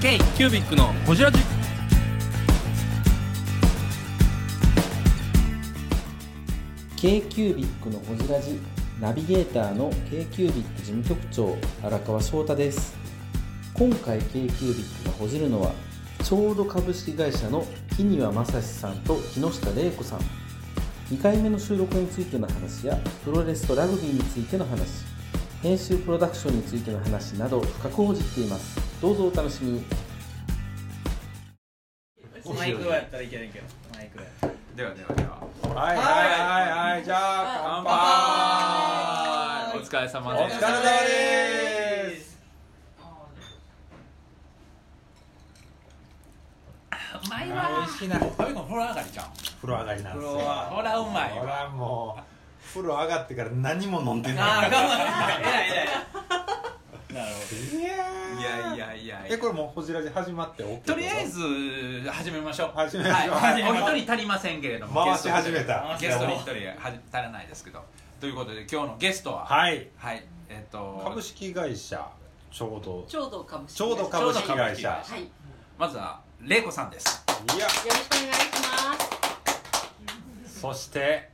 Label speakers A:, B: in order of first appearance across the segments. A: K キュービックのホジラジ。
B: k q u b i c のほじラジナビゲーターの k q u b i c 事務局長荒川翔太です今回 k q u b i c がほじるのはちょうど株式会社の木庭正史さんと木下玲子さん2回目の収録についての話やプロレスとラグビーについての話編集プロダクションについての話など深く報じっていますどうぞお楽しみ に
C: マイクロやったらいけないけどマイクロやったら
D: ではではでははいはいはいはいじゃあ乾杯
A: お疲れ様
D: お
A: で
D: 疲れ
A: す。
D: 様です
A: うまい
E: あ美味しいな。食べの風呂上がりじゃん。
F: 風呂上がりなんですよ
C: 風呂は
E: ほらうまい
F: ほ
E: わ。
F: らもう風呂上がってから何も飲んで
C: ああ
F: ない
C: 我慢偉い偉いなる
F: いやー
D: いやいやいやい
F: え
D: や
F: これもうほじらじ始まって OK
E: とりあえず始めましょう。
F: 始めま
E: は
F: し
E: い。
F: ょう
E: お一人足りませんけれども。
F: 回し始めた
E: ゲストに一人はじ足らないですけど。ということで今日のゲストははい、
F: はい
E: えっと
F: 株式会社ちょうど
G: ちょうど株式
F: ちょうど株式会
E: ちょうど株
F: 社
E: 式会社
G: はいよ
E: まずは玲子さんです。
F: いや
G: ろしくお願いします
F: そして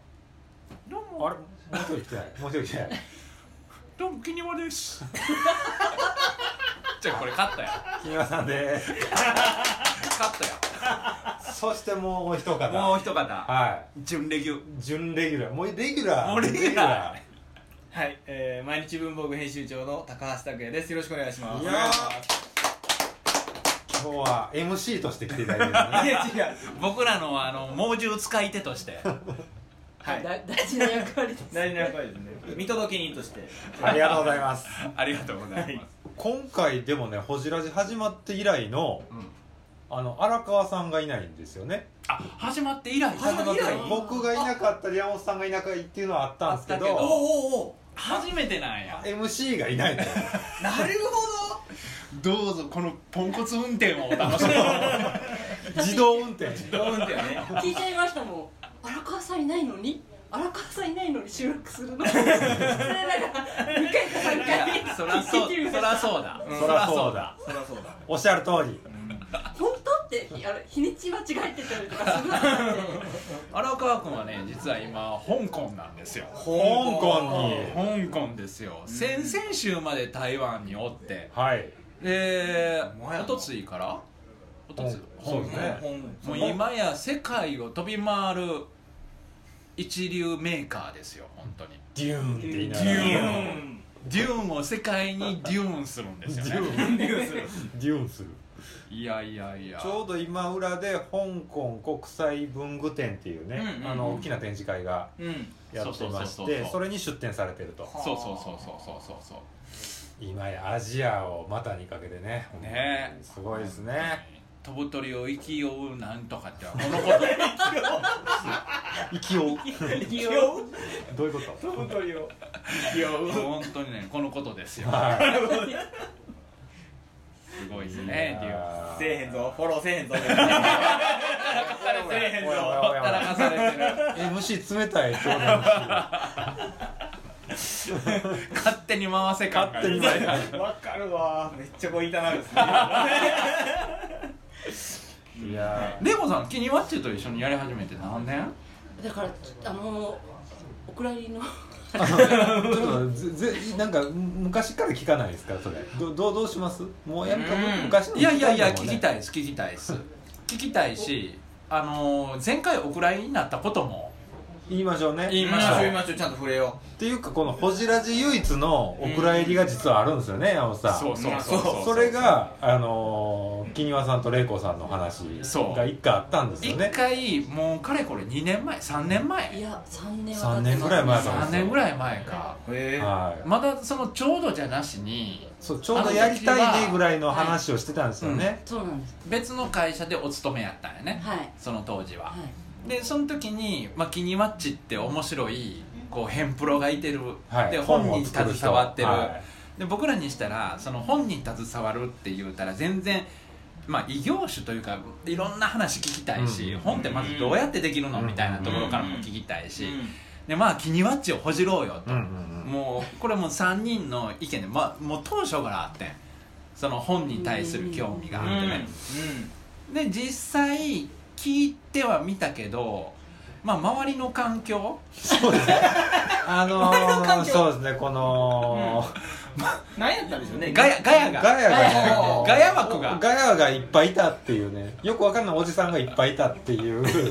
E: どう
F: あれもう一人来てないもう一人来てない
E: どうもキニワ です。じゃあこれ勝ったよ。
F: 木村さんです
E: 勝ったよ。
F: そしてもう一方
E: もう一方
F: は
E: 準レギュ。
F: い準レギュラーもうレギュラー
E: もうレギュラ
C: ほどはい、えー、毎日文房具編集長の高橋拓也ですよろしくお願いしま
F: レ
C: す
F: ギュラーいやー今日は MC として来ていただいてるんです
C: い
F: ね
C: や違う
E: 僕らのあの猛獣使い手と して。
C: はい
G: だ大事な役割です
C: 大事な役割ですね見届け人として
F: ありがとうございます
E: ありがとうございます。
F: 今回でもね「ほじラジ」始まって以来の
E: うん
F: あの荒川さんがいないんですよね
E: あ始まって以来
C: 始まって以来あ
F: 僕がいなかったり山本さんがいなかったりっていうのはあったんですけ
E: あったけ
F: ど
C: おおお
E: 初めてなんや
F: MC がいないのよ
C: なるほ
E: どうぞこのポンコツ運転をお楽 しみに
F: 自動運転
C: どドーンってよね
G: 聞いちゃいましたもん荒川さんいないのに荒川さんいないのに収録するのそれだから2回か3回
E: そらそう
G: 聞いてみま
E: そ
G: した
E: らそうだ
C: うん
F: そらそうだ
C: そりゃそうだ
F: おっしゃる通り
G: 本当ってあれ日にち間違えてたりとかするの
E: 荒川君はね実は今香港なんですよ
C: 香
F: 香港に
E: 香港ですよ、先々週まで台湾におって
F: はい
E: で
C: もや
E: おとついからおとつい
F: うんそうですね
E: もう今や世界を飛び回る一流メーカーですよ本当に
F: デューンって言いなが
C: デ
F: ら
C: ュ
F: デ
C: ーン
E: デューンを世界にデューンするんですよね
F: ューン
C: デューンする
F: デューンする
E: いやいやいや
F: ちょうど今裏で香港国際文具展っていうね、
E: うんうんうん
F: あの大きな展示会が
C: うん
F: やってま
E: そ
F: し
E: うそうそう
F: て
E: そう
F: それに出展されてると
E: そうそうそうそうそうそうそう
F: 今やアジアを股にかけてね
E: ね
F: すごいですね
E: 飛ぶ鳥を生きようなんとかってこのこと
F: 息を
C: 勢を
F: どういうこと
C: 飛ぶ鳥を
E: 本当にねこのことですよ
F: は
E: すごい
F: い
E: ですねっていう
C: せえへんぞフォローせえへんぞせえへ
F: お
C: ん
F: いおい
C: ぞ
E: ほったらかされてる
F: MC 冷たい今日の
E: 勝手に回せ感が
F: 勝手に回せ
C: わかるわめっちゃこう痛なるっすね
F: MC いや
E: レゴさんキニワッチと一緒にやり始めて何年
G: だからあのお蔵入りの
F: ーちょっ とぜぜなんか昔から聞かないですかそれどどうどうしますもうやめた昔の
E: いやいやいや聞き
F: い
E: たいです聞きたいです聞きたいしあのー前回お蔵入りになったことも
F: 言いましょうね
E: 言いましょう
C: 言いましょうちゃんと触れよ
F: っていうかこのホジラジ唯一のお蔵入りが実はあるんですよね山本さん
E: そうそうそうそう
F: それがあのー、木庭さんと玲子さんの話
E: そう
F: が一回あったんです
E: 一
F: よね
E: 回もうかれこれ2年前3年
G: い
E: 前
G: や3年は
F: 3年ぐらい前だと思うん
E: 3
F: ですよ
E: 年ぐらい前か
C: うへ
F: はい
E: まだそのちょうどじゃなしに
F: そうちょうどやりたいねぐらいの話をしてたんですよね、
G: そうなんです
E: 別の会社でお勤めやったんやね、
G: はい
E: その当時は、
G: はい
E: でその時に、まあ、キニマッチって面白いこうヘンプロがいてる、
F: はい
E: で本
F: 本
E: に
F: を作る人
E: 携わってる、
F: は
E: で僕らにしたらその本に携わるって言うたら全然まあ異業種というかいろんな話聞きたいし、
F: うん
E: 本ってまずどうやってできるの、
F: うん
E: みたいなところからも聞きたいし、
C: うん
E: でまあキニマッチをほじろうよと、
F: うんうんうん
E: もうこれもう3人の意見で、まあ、もう当初からあってんその本に対する興味があってね、
C: う
E: で実際聞いてはみたけどまあ周りの環境
F: あのー、そうですねこの、
C: ん何やったんでしょうね
E: ガヤガヤが
F: ガヤ
C: う
F: が
C: ん
E: ガヤ枠が
F: ガヤがいっぱいいたっていうねよくわかんないおじさんがいっぱいいたっていう 結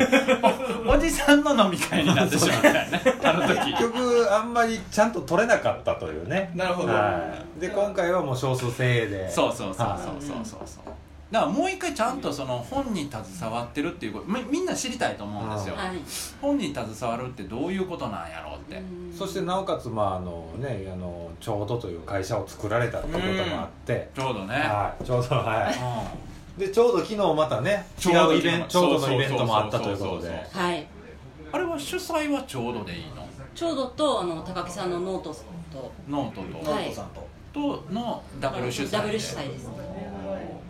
E: おじさんの飲み会になってしまったよねあの時
F: 局あんまりちゃんと取れなかったというね
C: なるほど
F: はい、で今回はもう少数精鋭で
E: そうそうそう
F: は
E: そうそうそうそうだからもう一回ちゃんとその本に携わってるっていうことみみんな知りたいと思うんですよ
G: はい
E: 本に携わるってどういうことなんやろうって、
G: うん
F: そしてなおかつまああのねあのちょうどという会社を作られたってこともあって、
E: ちょうどね、
F: はい、ちょうどはい
E: うん
F: でちょうど昨日またね
E: ちょうど
F: 違うイベントち
E: ちょう
F: ょ
E: ど
F: うどのイベントもあったということ
E: そうそう
F: で
E: そう
G: はい
E: あれは主催はちょうどでいいの
G: ちょうどとあの高木さんのノートと
E: ノートと、
G: はい
C: ノートさんと
E: とのダブル主催で
G: ダブル主催です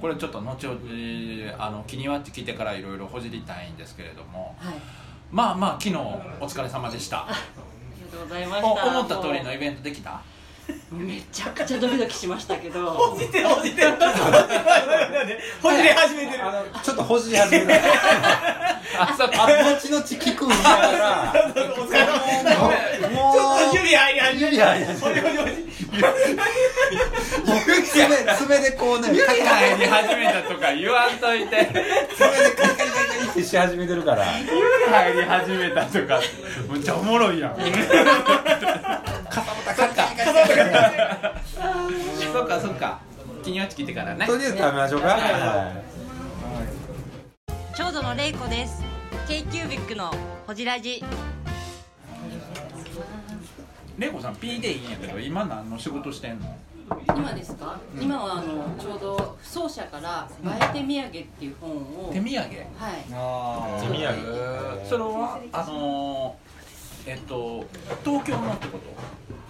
E: これちょっと後ほどあの気にはって聞いてからいろいろほじりたいんですけれども
G: はいあ
E: まあまあ昨日お疲れ様でした
G: りがとうございまし
E: お
G: た
E: 思った通りのイ
G: も
E: ベントできた
G: うめちゃくちゃドキドキしましたけ ど
C: ほじってるほじってるほじり始めてる
F: あのちょっとほじり始めた
E: あそうか
F: あ後々聞くんだから
C: お疲れ様でした
F: もうも
C: ちょっ
F: う
C: と指入り始め
F: 指入り始
C: めて
F: 爪爪でこうねカリカリ
E: 入り始めたとか言わんといて
F: 爪でカリカリカリカリってし始めてるから
E: 入り始めたとかめっちゃおもろいやんそっかそっか気にはって聞いてからね
F: とりあえず食べましょうか、はい
H: 長女のれいこです k q b i c のほじラジ
E: レイコさん P でいいんやけど今何の仕事してんの
G: 今ですか、今はあのちょうど奏者から「映え手土産」っていう本を、
E: 手
G: はい
E: 土産
C: あ
F: 手土産
E: それはあのー、えっと東京のってこと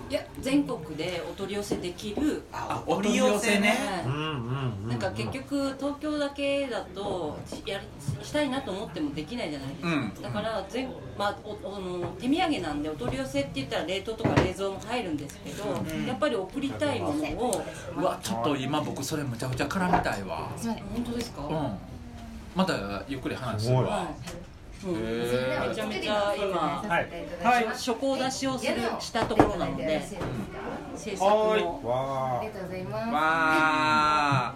G: いや全国でお取り寄せできる
E: あお取り寄せね
G: は
F: う
G: い
F: んうんうん
G: なんか結局東京だけだとしやりしたいなと思ってもできないじゃないですか、
E: うん
G: だから全、まあ、おおの手土産なんでお取り寄せって言ったら冷凍とか冷蔵も入るんですけど、やっぱり送りたいものを
E: うわちょっと今僕それむちゃくちゃ絡みたいわ
G: 本当ですか、
E: う
G: は
E: んまたゆっくり話するわ
G: いもう
E: へ
G: めちゃめちゃ今
C: はい
G: 初稿出しをするしたところなので制作
C: はーい
G: の
F: わあ
I: ありがとうございま
E: わ
I: す。
E: ー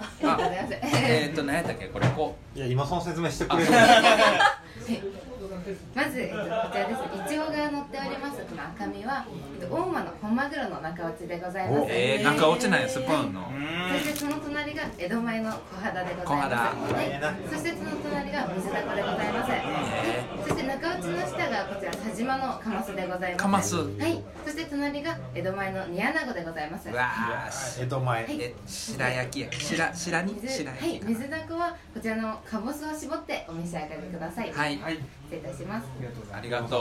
I: あり
E: あ
I: がとうございます。
E: えーっと何やったっけこれこ
F: いや今その説明してくれる
I: まず、えっと、こちらです。イチョウが乗っております。この赤身は、えっと、大間の本マグロの中落ちでございま
E: う
I: す。
E: えー、中落ちないスプーンの
I: そしてその隣が江戸前の小肌でございます。
E: 小
I: はいそしてその隣が水だこでございます。そして中落ちの下がこちら佐島のカマスでございます。
E: かますう
I: はい。そして隣が江戸前の煮アナゴでございます。
E: わーし
F: 江戸前
E: え白焼きや白白に
I: 水
E: 白
I: は
E: 焼き
I: い、
E: か
I: 水だこはこちらのかぼすを絞ってお召し上がりください。
E: はい
C: はい
I: 失礼いたします。
E: ありがと
F: ち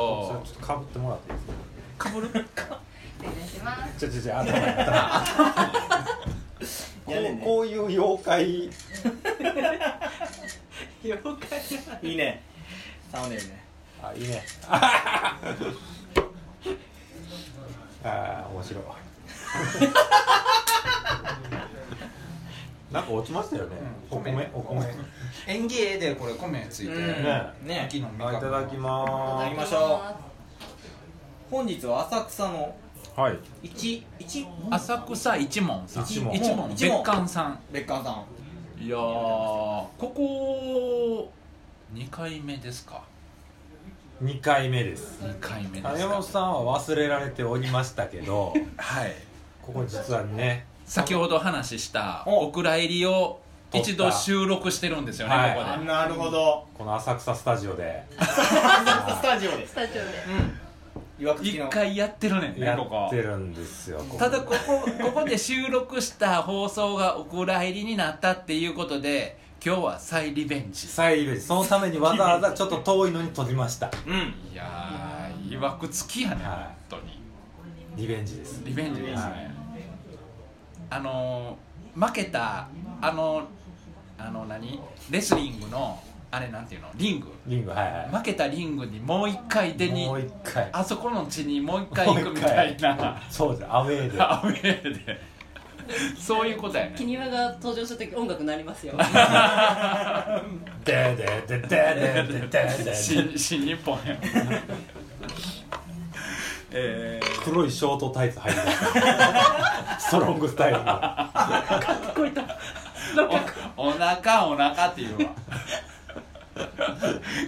F: ょっとかぶってもらっていいですか
I: 失礼いたします。
F: ちょちょちょ頭頭こ
C: やねん
F: う
C: ね
F: こういう妖怪
C: いいねサムネイルね
F: あいい ねああ面 白いなんか落ちましたよね、
E: うん
F: お米お米ね
E: う演技絵でこれ米ついてる
C: うんね
E: 秋の味
F: あいた
E: 覚
F: だきま
C: 行きましょう本日は浅草の
F: すはい
C: 一一
E: 浅草一門さん
F: 一門
E: 門別館さん
C: 別館さん
E: いやーここ2回目ですか
F: 2回目です
E: 2回目ですか
F: あ山本さんは忘れられておりましたけど
E: はい
F: ここ実はね
E: 先ほど話した
C: お
E: お蔵入りを
F: 撮った
E: 一度収録してるんですよね、
F: はい
E: ここで
C: なるほど
F: この浅草スタジオで
C: スタジオです
G: スタジオで
C: いわくつき
E: 一
C: の
E: 回やってるねんね
F: や
E: ここ
F: ってるんですよ
E: ただここここで収録した放送がお蔵入りになったっていうことで今日は再リベンジ
F: 再イベンジそのためにわざわざちょっと遠いのに閉じました
C: うん
E: いやーいわくつきやね
F: は
E: 本当に
F: リベンジです
E: リベンジですね、
F: はい
E: あのー負けたあのあの何レスリングのあれなんていうのリング
F: リングはいは
E: 負けたリングにもう一回出
F: い
E: に
F: もう一回
E: あそこの地にもう一回行くみたいな
F: そうですアウェーで
E: アウェーでそういうことやね
G: キニワが登場した時音楽鳴りますよ
F: でででででででで
E: 新新日本や
D: えー
F: 黒いショートタイツ履いてたストロングスタイルの
E: おお腹お腹っていうわ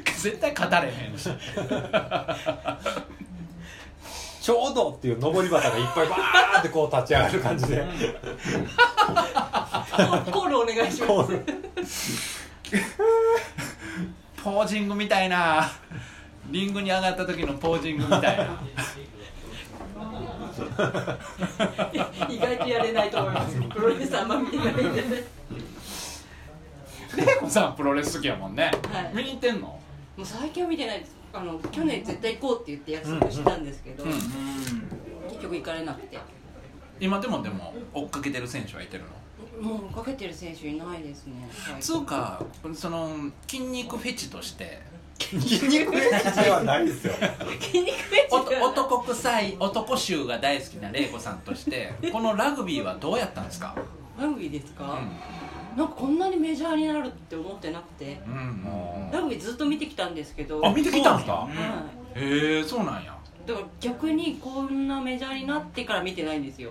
E: 絶対語れへんし
F: ちょうどっていう上り旗がいっぱいバーってこう立ち上がる感 じで
G: コールお願いします
E: ポージングみたいなリングに上がった時のポージングみたいな
G: 意外とやれないと思いますプロレスあんま見てないんでね
E: 玲子さんプロレス好きやもんね、
G: はい
E: 見に行ってんの
G: もう最近は見てないですあの去年絶対行こうって言って約束したんですけど、
E: んうん
G: 結局行かれなくて
E: 今でもでも追っかけてる選手はいてるの
G: もうかけてる選手いないですね最近
E: そうかその筋肉フェチとして
F: 筋肉フェチではないですよ
G: 筋 肉フェチ
E: お
G: ではない
E: 男臭い男臭が大好きな玲子さんとしてこのラグビーはどうやったんですか、
G: ラグビーです
E: うん
G: か、なんかこんなにメジャーになるって思ってなくて
E: うんうん
G: ラグビーずっと見てきたんですけど
E: あ見てきたんすか
G: は
E: へえそうなんや、
G: い、だから逆にこんなメジャーになってから見てないんですよ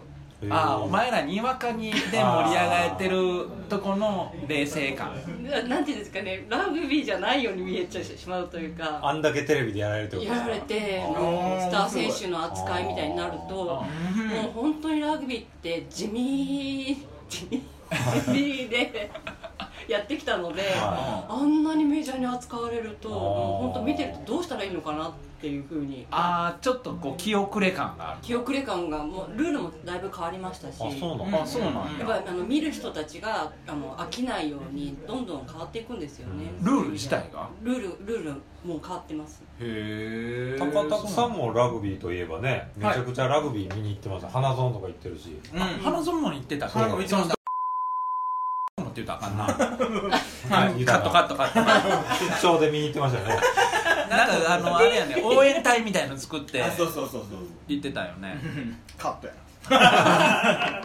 E: ああお前らにわかにで盛り上がってるとこの冷静感
G: ななんていうんですかねラグビーじゃないように見えちゃしまうというか
F: あんだけテレビでやられるってこと
G: や
F: です
G: ら
F: か
G: れてもうスター選手の扱いみたいになるともう本当にラグビーって地味地味地味でやってきたので、
F: は
G: あんなにメジャーに扱われるともう本当見てるとどうしたらいいのかなっていうふうに
E: ああちょっとこう気遅れ感がある
G: 記憶れ感がもうルールもだいぶ変わりましたし
F: あそうなん
E: あそうなん
G: やっぱりあの見る人たちがあの飽きないようにどんどん変わっていくんですよね、
E: ルール自体が
G: ルールルールもう変わってます
E: へえ
F: 高田さんもラグビーといえばねめちゃくちゃラグビー見に行ってます花園とか行ってるし
E: 花園も行ってた
F: 花園行って
E: ましたもって言うとあかんな
F: はい
E: カットカットカット
F: 出張で見に行ってましたよね
E: なんかあのあれやね応援隊みたいの作って
C: あそうそうそうそう
E: 行ってたよね
C: カ ットやな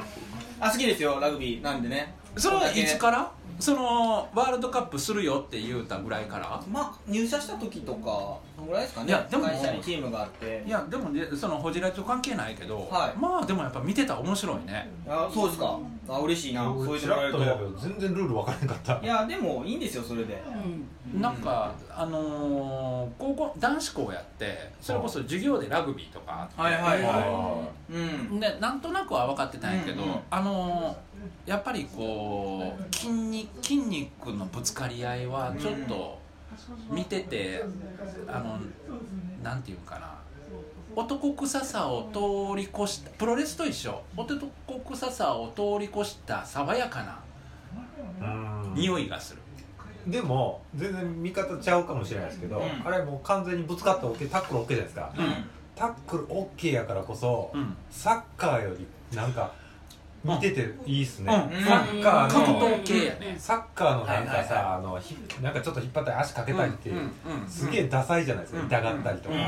C: あ好きですよラグビーなんでね
E: それはいつ
C: ら
E: からそのワールドカップするよって言うたぐらいから
C: まあ入社した時とかそのぐらいですかね
E: いやでも
C: 会社にチームがあって
E: いやでもねそのホジラジと関係ないけど、
C: はい
E: まあでもやっぱ見てたら面白いね
C: あそうですかあ嬉しいなそう言ってもらえる
F: ちらっと
C: と
F: 見たけど全然ルール分からへんかった
C: いやでもいいんですよそれで
G: うん
E: なんか、あのー高校男子校やってそれこそ授業でラグビーとかあって、
C: はい
F: は
C: うん
E: でなんとなくは分かってたんやけど、
C: うんうん
E: あのーやっぱりこう筋肉筋肉のぶつかり合いはちょっと見てて、あのなんていうかな男臭さを通り越したプロレスと一緒男臭さを通り越した爽やかな
F: うん
E: 匂いがする、
F: でも全然見方ちゃうかもしれないですけど、
C: うん
F: あれもう完全にぶつかったら OK タックル OK じゃないですか、タックル OK やからこそ、
E: うん
F: サッカーよりなんか見てていいっすね、
E: うん
F: サッカ
E: 格
F: ーの、
E: 闘系やね、
F: サッカーのなんかさ、
E: はいはい
F: あのひなんかちょっと引っ張ったり足かけたりって、
E: うんうんうん
F: すげえダサいじゃないですか、
E: うん
F: 痛がったりとか、
C: うん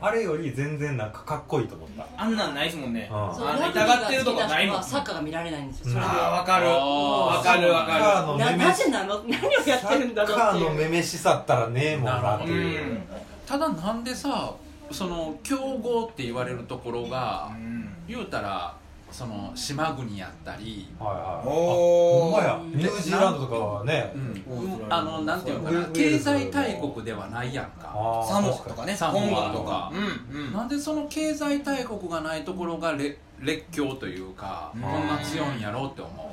F: あれより全然なんかかっこいいと思った、
C: あんなんないですもんね
F: うん
G: そう
C: あ
G: ラグビー
C: の痛が
G: が
C: って
G: 好
C: る
G: き
C: とこ
G: な
C: ない
G: 人
C: もん
G: はサッカーが見られないんですよそれで
C: あーわかる
E: あー
C: わかるわ
F: サッカ
C: か
F: ーの
G: な
F: めめ
G: な
F: し
G: ぜなの何をやってる
F: サ
G: ん
F: ッ
G: だ
F: カ
G: ろ
F: ー
G: う
F: の
G: ってい
F: め
G: う
F: めしさったらねえもんなって
C: るう
F: いうん
E: ただなんでさその強豪って言われるところが、言うたらその島国やったり、
F: はいはいあほ
C: おー
F: んまやニュージーランドとかはね、
E: うんあのなんていうのかな
F: そう
E: 経済大国ではないやんか
F: あー
C: サモアとかね
E: サモア
C: コンゴ
E: う
C: うんうん
E: なんでその経済大国がないところがれ列強というかこ
C: うん
E: んな強いんやろうって思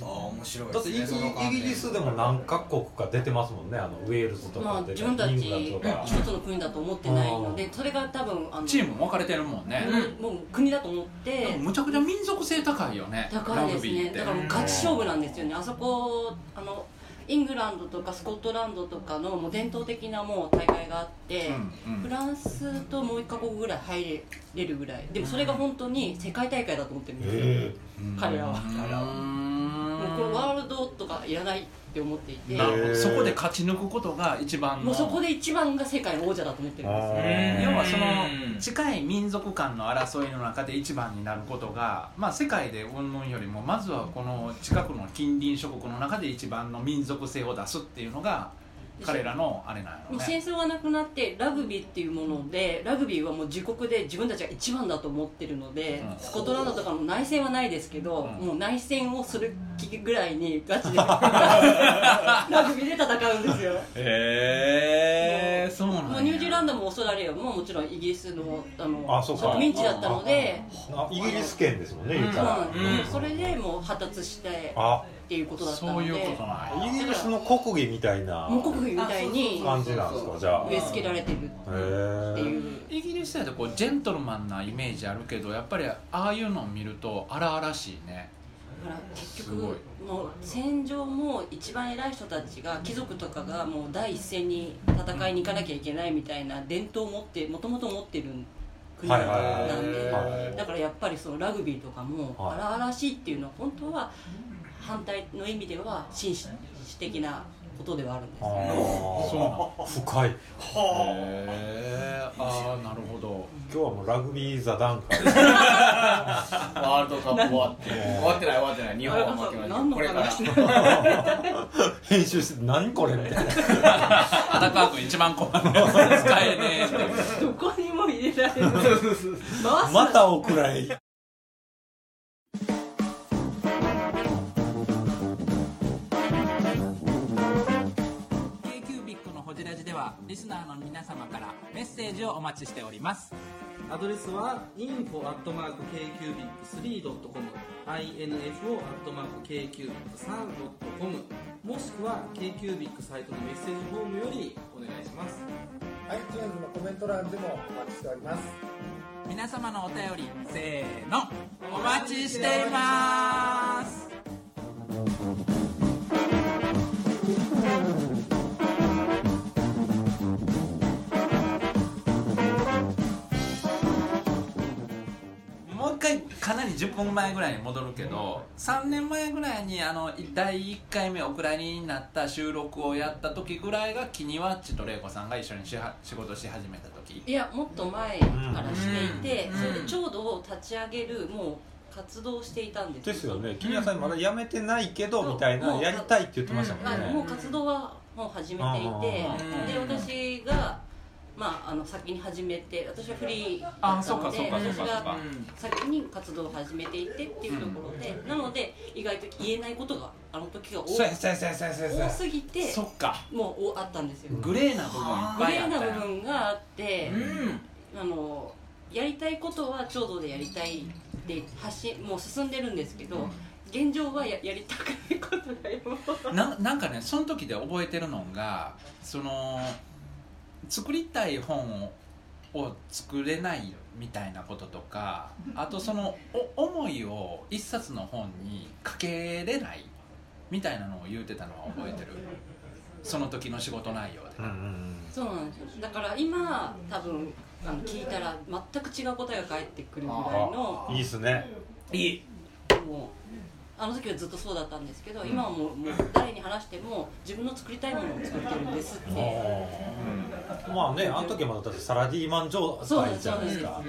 C: あー面白い
F: だってイギ,、
C: その観点
F: イギリスでも何カ国か出てますもんねあのウェールズと
G: ま
F: か
G: あ
F: 出
G: 自
F: て、
G: 分た
F: イ
G: ち
F: ングランド
G: 一
F: とか、
G: つの国だと思ってないのでそれが多分あの
E: うチームも分かれてるもんね、
G: もう国だと思っ
E: で
G: て
E: もむちゃくちゃ民族性高いよね
G: 高い
E: ラ
G: で
E: グ
G: す
E: ビー
G: ね
E: って
G: だからもうガチ勝負なんですよねあそこあのイングランドとかスコットランドとかのもう伝統的なもう大会があって、
E: うんうん
G: フランスともう1カ国ぐらい入れるぐらいでもそれが本当に世界大会だと思ってるんですよ、
F: え
G: 彼らは
E: うーん
G: もうこれワールドとかいらないって思っていて
E: なるほ
F: へ
E: ど
F: ー
E: そこで勝ち抜くことが一番の
G: もうそこで一番が世界の王者だと思ってるんですよ
F: ー
E: 要はそ
C: うん
E: の近い民族間の争いの中で一番になることが、まあ、世界で云々よりもまずはこの近くの近隣諸国の中で一番の民族性を出すっていうのが彼らのあれなの
G: もう
E: ね
G: 戦争がなくなってラグビーっていうものでラグビーはもう自国で自分たちが一番だと思ってるので、
E: うん
G: スコットランドとかも内戦はないですけど、
E: うん
G: もう内戦をする危機ぐらいにガチでラグビーで戦うんですよ
E: へえそうなんや
G: もうニュージーランドもオーストラリアももちろんイギリスのあの
F: あそうか
G: 植民地だったので
F: あイギリス圏ですもんね、言うたら。
G: うんそれでもう発達して
F: あ、
G: っていうことだったの
E: そう
G: で
E: いうことなんや
F: イギリスの国技みたいな
G: 無国民みたいに
F: 感じなんですか、じゃあ。
G: 植え付けられてるって
F: へ
G: い
F: え。
G: う。
E: イギリスやとこうジェントルマンなイメージあるけどやっぱりああいうのを見ると荒々しいね
G: だから結
E: すご
G: 局もう戦場も一番偉い人たちが貴族とかがもう第一線に戦いに行かなきゃいけないみたいな伝統を持ってもともと持ってる国
F: はいはい
G: なんで
F: はい
G: だからやっぱりそのラグビーとかも
F: はい
G: 荒々しいっていうのは本当は反対の意味では紳士的なことではあるんです
F: あ
G: よ
F: ー深い。
E: へえああなるほど
F: 今日はもうラグビー座談会。
C: ワールドカップ終わって 終わってない終わってない日本は負けました
G: 何の
C: これから
G: 話
F: 編集して、何これみたいな。
E: 戦う君一番困るやつ使えねえって
G: どこにも入れられる回す
F: またおくらい。
A: k q b i c のホジラジではリスナーの皆様からメッセージをお待ちしております
J: アドレスは info.kcubic3.com info.kcubic3.com もしくは KQBIC サイトのメッセージフォームよりお願いします
A: 皆様のお便りせーのお待ちしています
E: もう一回かなり10分前ぐらいに戻るけど3年前ぐらいにあの第1回目お蔵入りになった収録をやった時ぐらいがキニワッチと玲子さんが一緒にしは仕事し始めた時
G: いやもっと前からしていて、
E: うん
G: それでちょうど立ち上げるもう活動をしていたんです
F: ですよね。金谷さんまだ辞めてないけど、みたいな、やりたいって言ってましたもん
G: まあ、もう
F: ね。
G: 活動はもう始めていて
E: うん
G: で私が、まあ、あの先に始めて私はフリーだ
E: あ
G: っ
E: そ
G: た
E: うか
G: の
E: そう
G: で
E: かそう
G: 私
E: かそう
G: が
E: か
G: 先に活動を始めていてっていうところで、なので意外と言えないことがあの時が多
E: そうやそうやそうやそうやそう
G: 多
E: や
G: すぎて
E: そっか
G: もうおあったんですよ。
E: グレーな部分いっ
G: グ
E: ぱ
G: レ
E: いあ
G: ー
E: っ
G: な
E: たやん
G: 部分があって、
C: うん
G: あのやりたいことはちょうどでやりたいで発信もう進んでるんですけど、現状はややりたくないことがよ
E: ななんかねその時で覚えてるのがその作りたい本をを作れないみたいなこととかあとそのお思いを一冊の本にかけれないみたいなのを言うてたのは覚えてるその時の仕事内容で
F: うんうん
G: そうなんですよだから今多分あの聞いたら全く違う答えが返ってくるぐらいの
F: うん。いいっすね。
G: もうあの時はずっとそうだったんですけど今はもうもう誰に話しても自分の作りたいものを作ってるんですって
F: まあね、あの時はまだだってサラリーマン状態じゃないですか。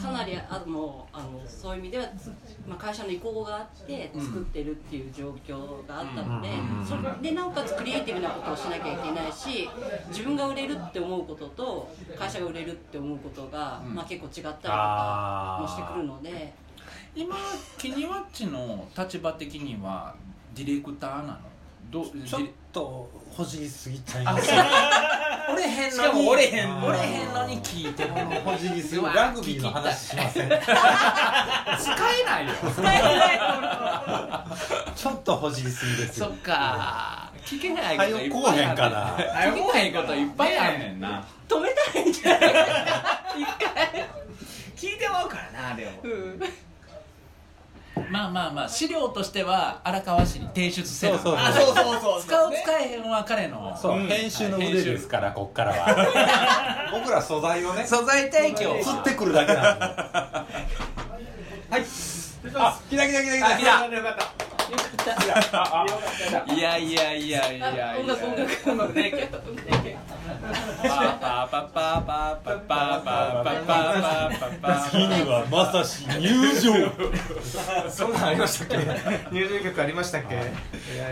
G: かなりあのあのそういう意味ではつ、まあ、会社の意向があって
E: うん
G: 作ってるっていう状況があったので、
F: うん
G: それでなおかつクリエイティブなことをしなきゃいけないし自分が売れるって思うことと会社が売れるって思うことが、
E: うん
G: まあ、結構違ったりとかもしてくるので
E: 今キニワッチの立場的にはディレクターなのどう
F: ちょっ
E: ディレ
F: とほじりすぎちゃい
E: あ
F: ま
E: そ
F: す
E: う折れへんのに
C: しかも折れへん
E: 折れへんのに聞いてる
F: ほじりすぎラグビーの話しま せん
E: 使えないよ
F: ちょっとほじりすぎです
E: そっか聞けない
F: は
E: ことい
F: よ
E: っぱい
F: こうへ
E: あ
F: ん
E: る
F: かな
E: 聞けないこといっぱいあんねんな
G: 止めたいんじゃない一回、
C: 聞いてまうからなでも
G: うん、
E: まあまあまあ資料としては荒川氏に提出せな
F: そうそう
C: あそうそうそう
E: 使う
C: ね
E: 使えへんは彼の
F: そう、
C: うん
F: 編集の腕ですからこっからは 僕ら素材をね
E: 素材提供
F: 釣ってくるだけなんで
C: はい失礼します
F: 来た来た来た来た
G: よ
C: あ来たよかった
G: かった
D: いやいやいやいやいや。
G: 音楽音楽音楽ね
D: パパパパパパパパパパパパ。
F: 次はまさし入場
D: そんなんありましたっけ？入場曲ありましたっけ？いやい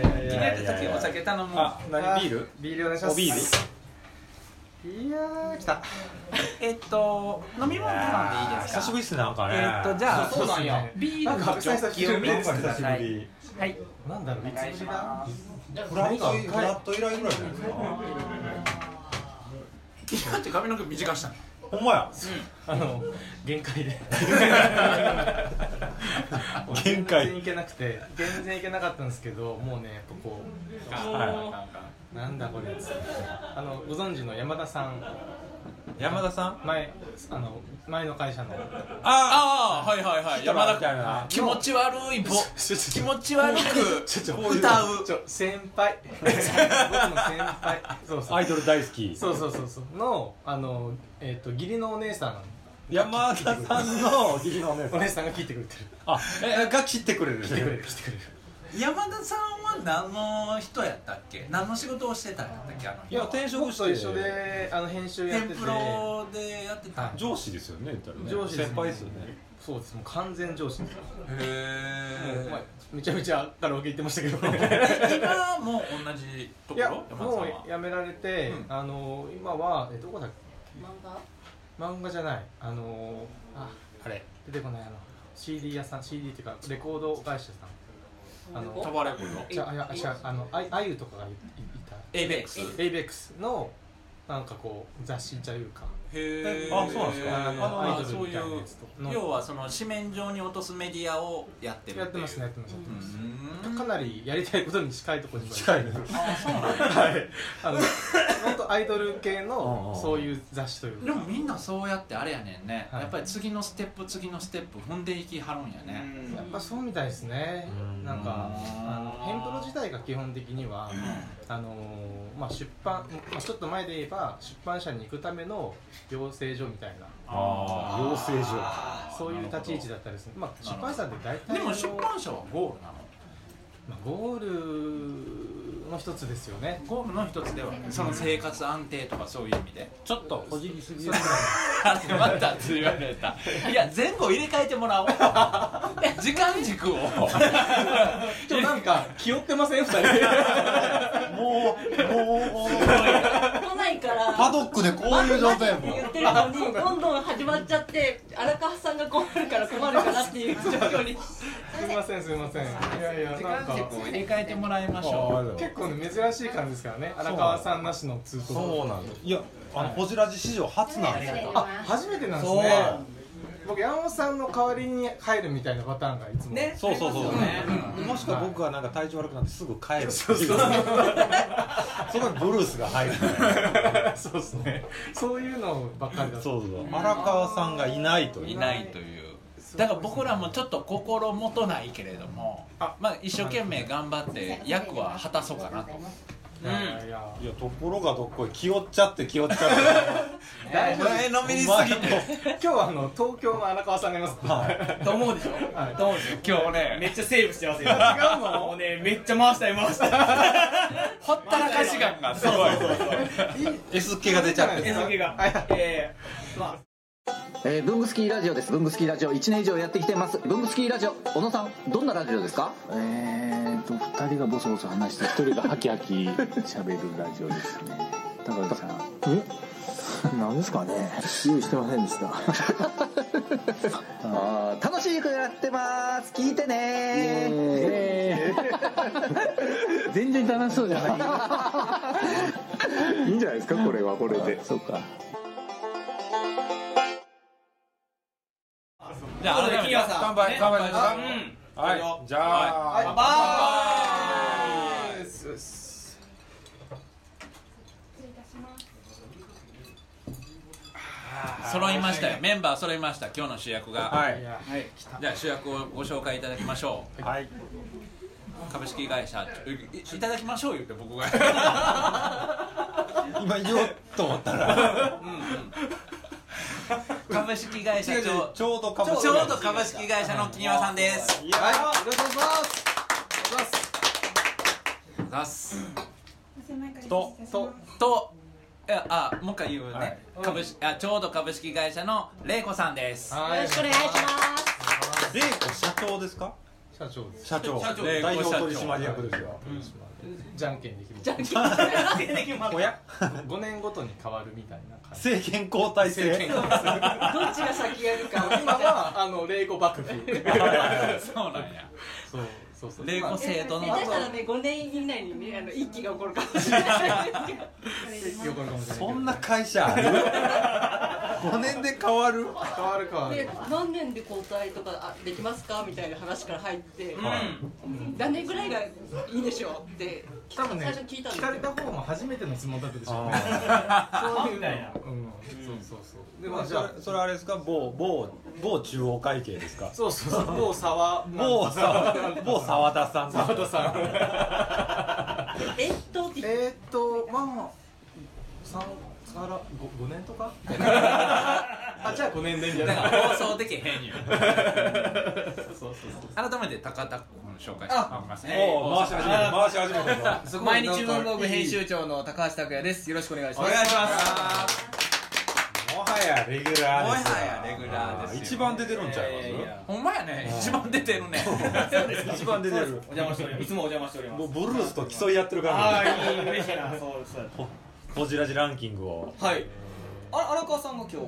D: やい
E: 気になった時お酒頼むわ
D: 何ビール？ビールお願いします。ビール？いやー来た。
E: えっと飲み物なんでいいです
F: 久
E: か
F: しぶりっすねなんかね
E: えっとじゃあ
J: そうなんや。
E: ビールのジョッキを3つくださ
F: 久しぶ
E: い
F: り
E: はい
F: なんだろういつぶりだフ
J: ラ
F: ラ
J: ッ
F: ッ
J: ト
F: ト
J: フラット以来ぐらいじゃないですか
E: だって髪の毛短したの
F: ほんまや
C: あの限界 で
F: 限界
C: 全然いけなくて全然いけなかったんですけどもうねやっぱこ
F: は
C: うなんだこれあのご存知の山田さん
F: い山田さん
C: 前あの前の会社の
E: ああはいはいはい山田
F: みたいな
E: 気持ち悪いぼ気持ち悪く歌う
C: ちょ先輩僕の先輩そうそう
F: アイドル大好き
C: そうそうそうそうのあのえっ、と義理のお姉さん
F: 山田さんの義理のお姉さ
C: お
F: ん
C: 姉さんが聞いてくれてる
F: あえが切ってくれる
C: 来てくれる来てくれる
E: 山田さんは何の人やったっけ何の仕事をしてたんやったっけあの
C: い
E: 人
C: や
F: 転職して
C: 僕と一緒であの編集やって
E: 天
C: て
E: ぷらでやってたんや
C: はい
F: 上司ですよね言ったらね
C: 上司ですね
F: 先輩ですよね
C: そうですもう完全上司です
E: へ
C: もう
E: え
C: まあめちゃめちゃカラオケ行ってましたけど
E: 今も同じところ
C: いや
E: 山田さん
C: も
E: は
C: うやめられて、
E: うん
C: あの今はえどこだっけ
G: 漫画
C: 漫画じゃないあのああれ出てこないあの CD 屋さん CD っていうかレコード会社さんあの
E: タバレコの
C: じゃあいや違うあのああゆとかがいいいた
E: エイベックスへ
C: エイベックスのなんかこう雑誌というか
E: え
F: あそうなんですか
C: あの
E: あ
C: アイドル
E: そう
C: み
E: い
C: たいなや
E: う
C: つと
E: 要はその紙面上に落とすメディアをやってる
C: やって
E: いう
C: ますねやってますやって
E: う
C: ます、
E: ん
C: かなりやりたいことに近いところに
F: 近い
C: ね
F: ね
E: あそうなんや
C: はいあの本当アイドル系
F: うんう
C: の
F: ん
C: そういう雑誌という
E: で
C: か
E: もみんなそうやってあれやねんね、
C: はい
E: やっぱり次のステップ次のステップ踏んでいきはるんやね、
C: やっぱそうみたいですね
F: うん
C: なんかあのヘンプロ自体が基本的にはあのーまあ出版、まあ、ちょっと前で言えば出版社に行くための養成所みたいな
F: ああ養成所
C: そういう立ち位置だったりするまあ
E: なる
C: 出
E: ほど
C: 版社って大体
E: で
C: の
E: も出版社はゴールなの
C: まあ、ゴールの一つですよね
E: ゴールの一つではその生活安定とかそういう意味でちょっと
F: ほじりすぎる
E: あれまたって言われたいや前後入れ替えても らおう時間 軸を
C: 今日なんか気負ってません二人
F: もうもう
G: 来ないから
F: パドックでこういう状態やもん
G: 言ってるのにどんどん始まっちゃって荒川さんが困るから困るかなっていう状況に
C: すいませんすいませんいやいやなんか
E: 軸を入れ替えてもらいましょう
C: 結構ね珍しい感じですからね荒川さんなしのツートー
F: そうなんだいやあのホジラジ史上初なんですよ
C: あ初めてなんですね僕山本さんの代わりに入るみたいなパターンがいつもね
F: そうそうそう、
C: うん
F: もしくは僕がなんか体調悪くなってすぐ帰るっていうそうそうそこにブルースが入るみたいな
C: そうですねそういうのばっかりだ
F: そうそう荒川さんがいないという
E: いないというだから僕らもちょっと心もとないけれども
C: あ
E: まあ一生懸命頑張って役は果たそうかなと
C: いやいや
F: いやところがどっこい気負っちゃって気負っちゃって
C: 大丈夫
E: 前のめりすぎて
C: 今日はあの東京の荒川さんがいます
F: はい
J: と思うでしょ
C: はい
J: と思うでしょ
E: 今日ね
J: めっちゃセーブしてますよ違うのもうねめっちゃ回したい回したい
E: ほったらかし感がすごい
F: S 系が出ちゃってる
J: えのけがええまあ
K: えー、ブングスキーラジオです。ブングスキーラジオ1年以上やってきてます。ブングスキーラジオ、小野さん、どんなラジオですかえーと、2人がボソボソ話して、1人がハキハキ喋るラジオですね。高橋さん。えなんですかね用意してませんでした。あー楽しい曲やってます。聞いてね全然楽しそうじゃない。いいんじゃないですか、これはこれで。そうか。
E: じゃあ改め
J: 金
E: て
J: 曜さん
F: 乾杯乾杯です
J: う
F: か
J: ん
F: はいじゃあ、
J: バイバーイ
E: 揃いましたよメンバー揃いました今日の主役が
F: はい
J: はい来た
E: じゃあ主役をご紹介いただきましょう
F: はい
E: 株式会社いいただきましょう言って僕が
F: 今言おうと思ったら
E: 株式会社長
F: ちょうどかもし
E: ち
F: れ
E: ょ
F: ないう
E: ど株式会社の金輪さんです
F: いや
C: はいよろしくお願いします
E: ますととといやあもう一回言うね、株式あちょうど株式会社の玲子さんです
H: よろしくお願いします
F: レイコ社長ですか
C: 社長です
F: 社長
C: 社長
F: 代表取締役ですよ
C: じゃんけんできます
F: じゃんけんじゃんけんできます
C: おや5年ごとに変わるみたいな 感じ
F: 政権交代制
C: 政権交代制
G: どっちが先やるか
C: 今はあの霊子幕府
E: そうなんや
C: そうそうそう
E: 霊子制度の
G: 下手したらね5年以内にねあの一揆が起こるかもしれないですけど
C: よくわかんない
F: そんな会社ある5年で変わる
C: 変わる変わる
G: で何年で交代とかあできますかみたいな話から入って、
C: ん
G: 何年ぐらいがいいでしょうって
C: 多分ね
G: 最初聞いたんです
C: 聞か
G: よ
C: れた方も初めての質問だったでしょうね
G: あー
C: そういうの
G: みたいな
C: うんそうそうそうで
F: で
C: ま
F: ま
C: あ
F: あ
C: じ
F: じ
C: ゃ
F: ゃ
C: あ
F: あそれあれですか某某某中央会計ですか
C: そうそうそう某沢
F: 某沢某沢田さん沢
C: 田さん
G: えっと
C: えーっとまあ三から五五年とかあじゃあ五年でみたいな
E: だから放送できへんよ
C: そうそうそう
E: 改めて高田君の紹介して
L: あ
E: ありますね
L: おお回し始めた回し始めた
E: すごい
L: 毎日文房具編集長の高橋拓也ですよろしくお願いします
E: お願いし
F: もはやレギュラーです
E: もはやレギュラーですよ
F: 一番出てるんちゃいます
E: ほんまやね一番出てるね
F: 一番出てる
L: お邪魔しておりますいつもお邪魔しております
F: もうブルースと競い合ってる
L: あ
F: 感
L: あいい嬉しいなそうです
F: じホジラジランキングを
L: はいあ荒川さんが今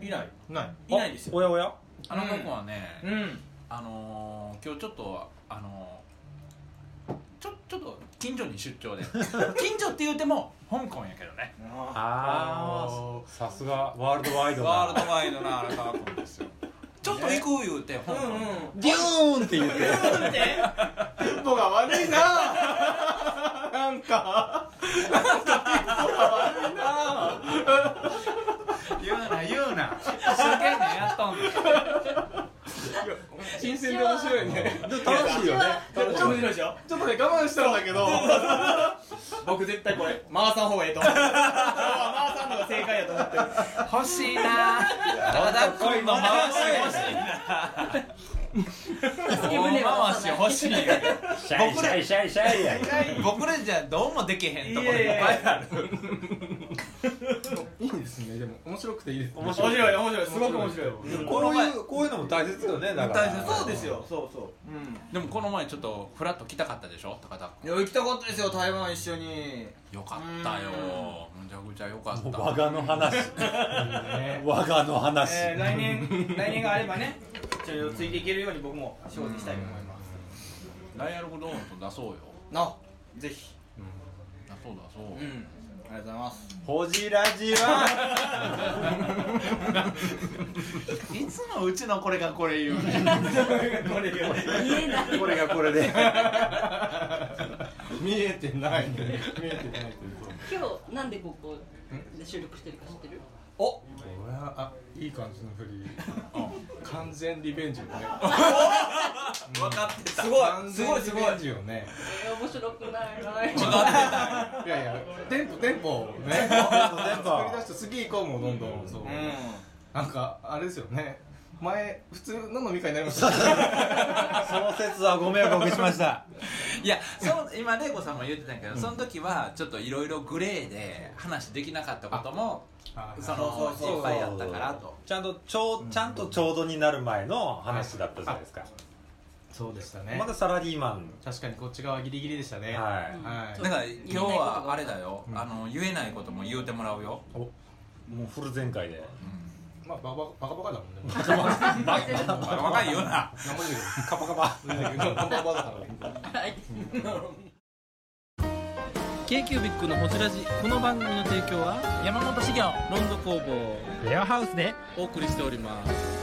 L: 日いない
C: ない
L: いないですよ
F: おやおや
E: あの子はね、
L: うん
E: あのー、今日ちょっとあのー、ちょちょっと近所に出 張で近所って言うても香港やけどね
F: ああさすがワールドワイドな
E: ワールドワイドな荒川君ですよちょっと行く言うて香港、
F: デューンって言って
C: テンポが悪いななんか
E: 言うな言うな一生懸命やっとんねん
C: 新鮮で面白いね
F: でも楽しいよね
C: ちょっとね我慢したんだけど
L: 僕絶対これ回さん方がええと思う回さんのが正解やと思ってる
E: 欲しいな高田君の回し欲しいな回し欲しいよ僕ら
F: シャイシャイや
E: 僕らじゃどうもできへんところいっぱいある
C: いいですねでも面白くていいですね
L: 面白い面白いすごく面白い
F: こういうこういうのも大切よねだから
L: そうですよそうそううん
E: でもこの前ちょっとフラッと来たかったでしょ高田
L: いや行きたかったですよ台湾一緒に
E: よかったよむちゃくちゃよかっ
F: 我
E: た
F: がの話我がの話
L: えー来 年来年があればねちょっとついていけるように僕も仕事したいと思います
E: ダイアログドーンと出そうよ
L: なぜひ
E: 出そう出そう
L: うんありがとうございます
F: ほじラジは
E: いつもうちのこれがこれ言う
L: これよ
F: これがこれで
C: 見えてないね見えてないということ
G: 今日なんでここで収録してるか知ってる
C: おこれはあいい感じの振り完全リベンジよね
E: 分かってた
L: すごい
C: 完
L: すご
C: 全
L: いす
C: リ
L: ごい
C: ベンジよね
G: えー面白くない ない
C: いやいやテンポテンポねテ
F: ンポ
C: 作り出して次行こうもうどんどんそうなんかあれですよね前普通の飲み会になりました
F: その説はご迷惑をおかけしました
E: いやその今玲子さんも言ってたんやけど、その時はちょっといろいろグレーで話できなかったこともその心配やったからと
F: ちゃんとちょうちゃんとちょうどになる前の話だったじゃないですか
C: そうでしたね
F: まだサラリーマン
C: 確かにこっち側ギリギリでしたね
F: はい
C: はい
E: だから今日はあれだよ、あの言えないことも言うてもらうよ
F: もうフル全開で
C: まあバカバカバカだもんね
E: バカ バカ言うな
C: 頑張れる
F: カパカパ
C: バカバカだから
J: K-Cubic のホジラジこの番組の提供は山本資源ロンド工房レアハウスでお送りしております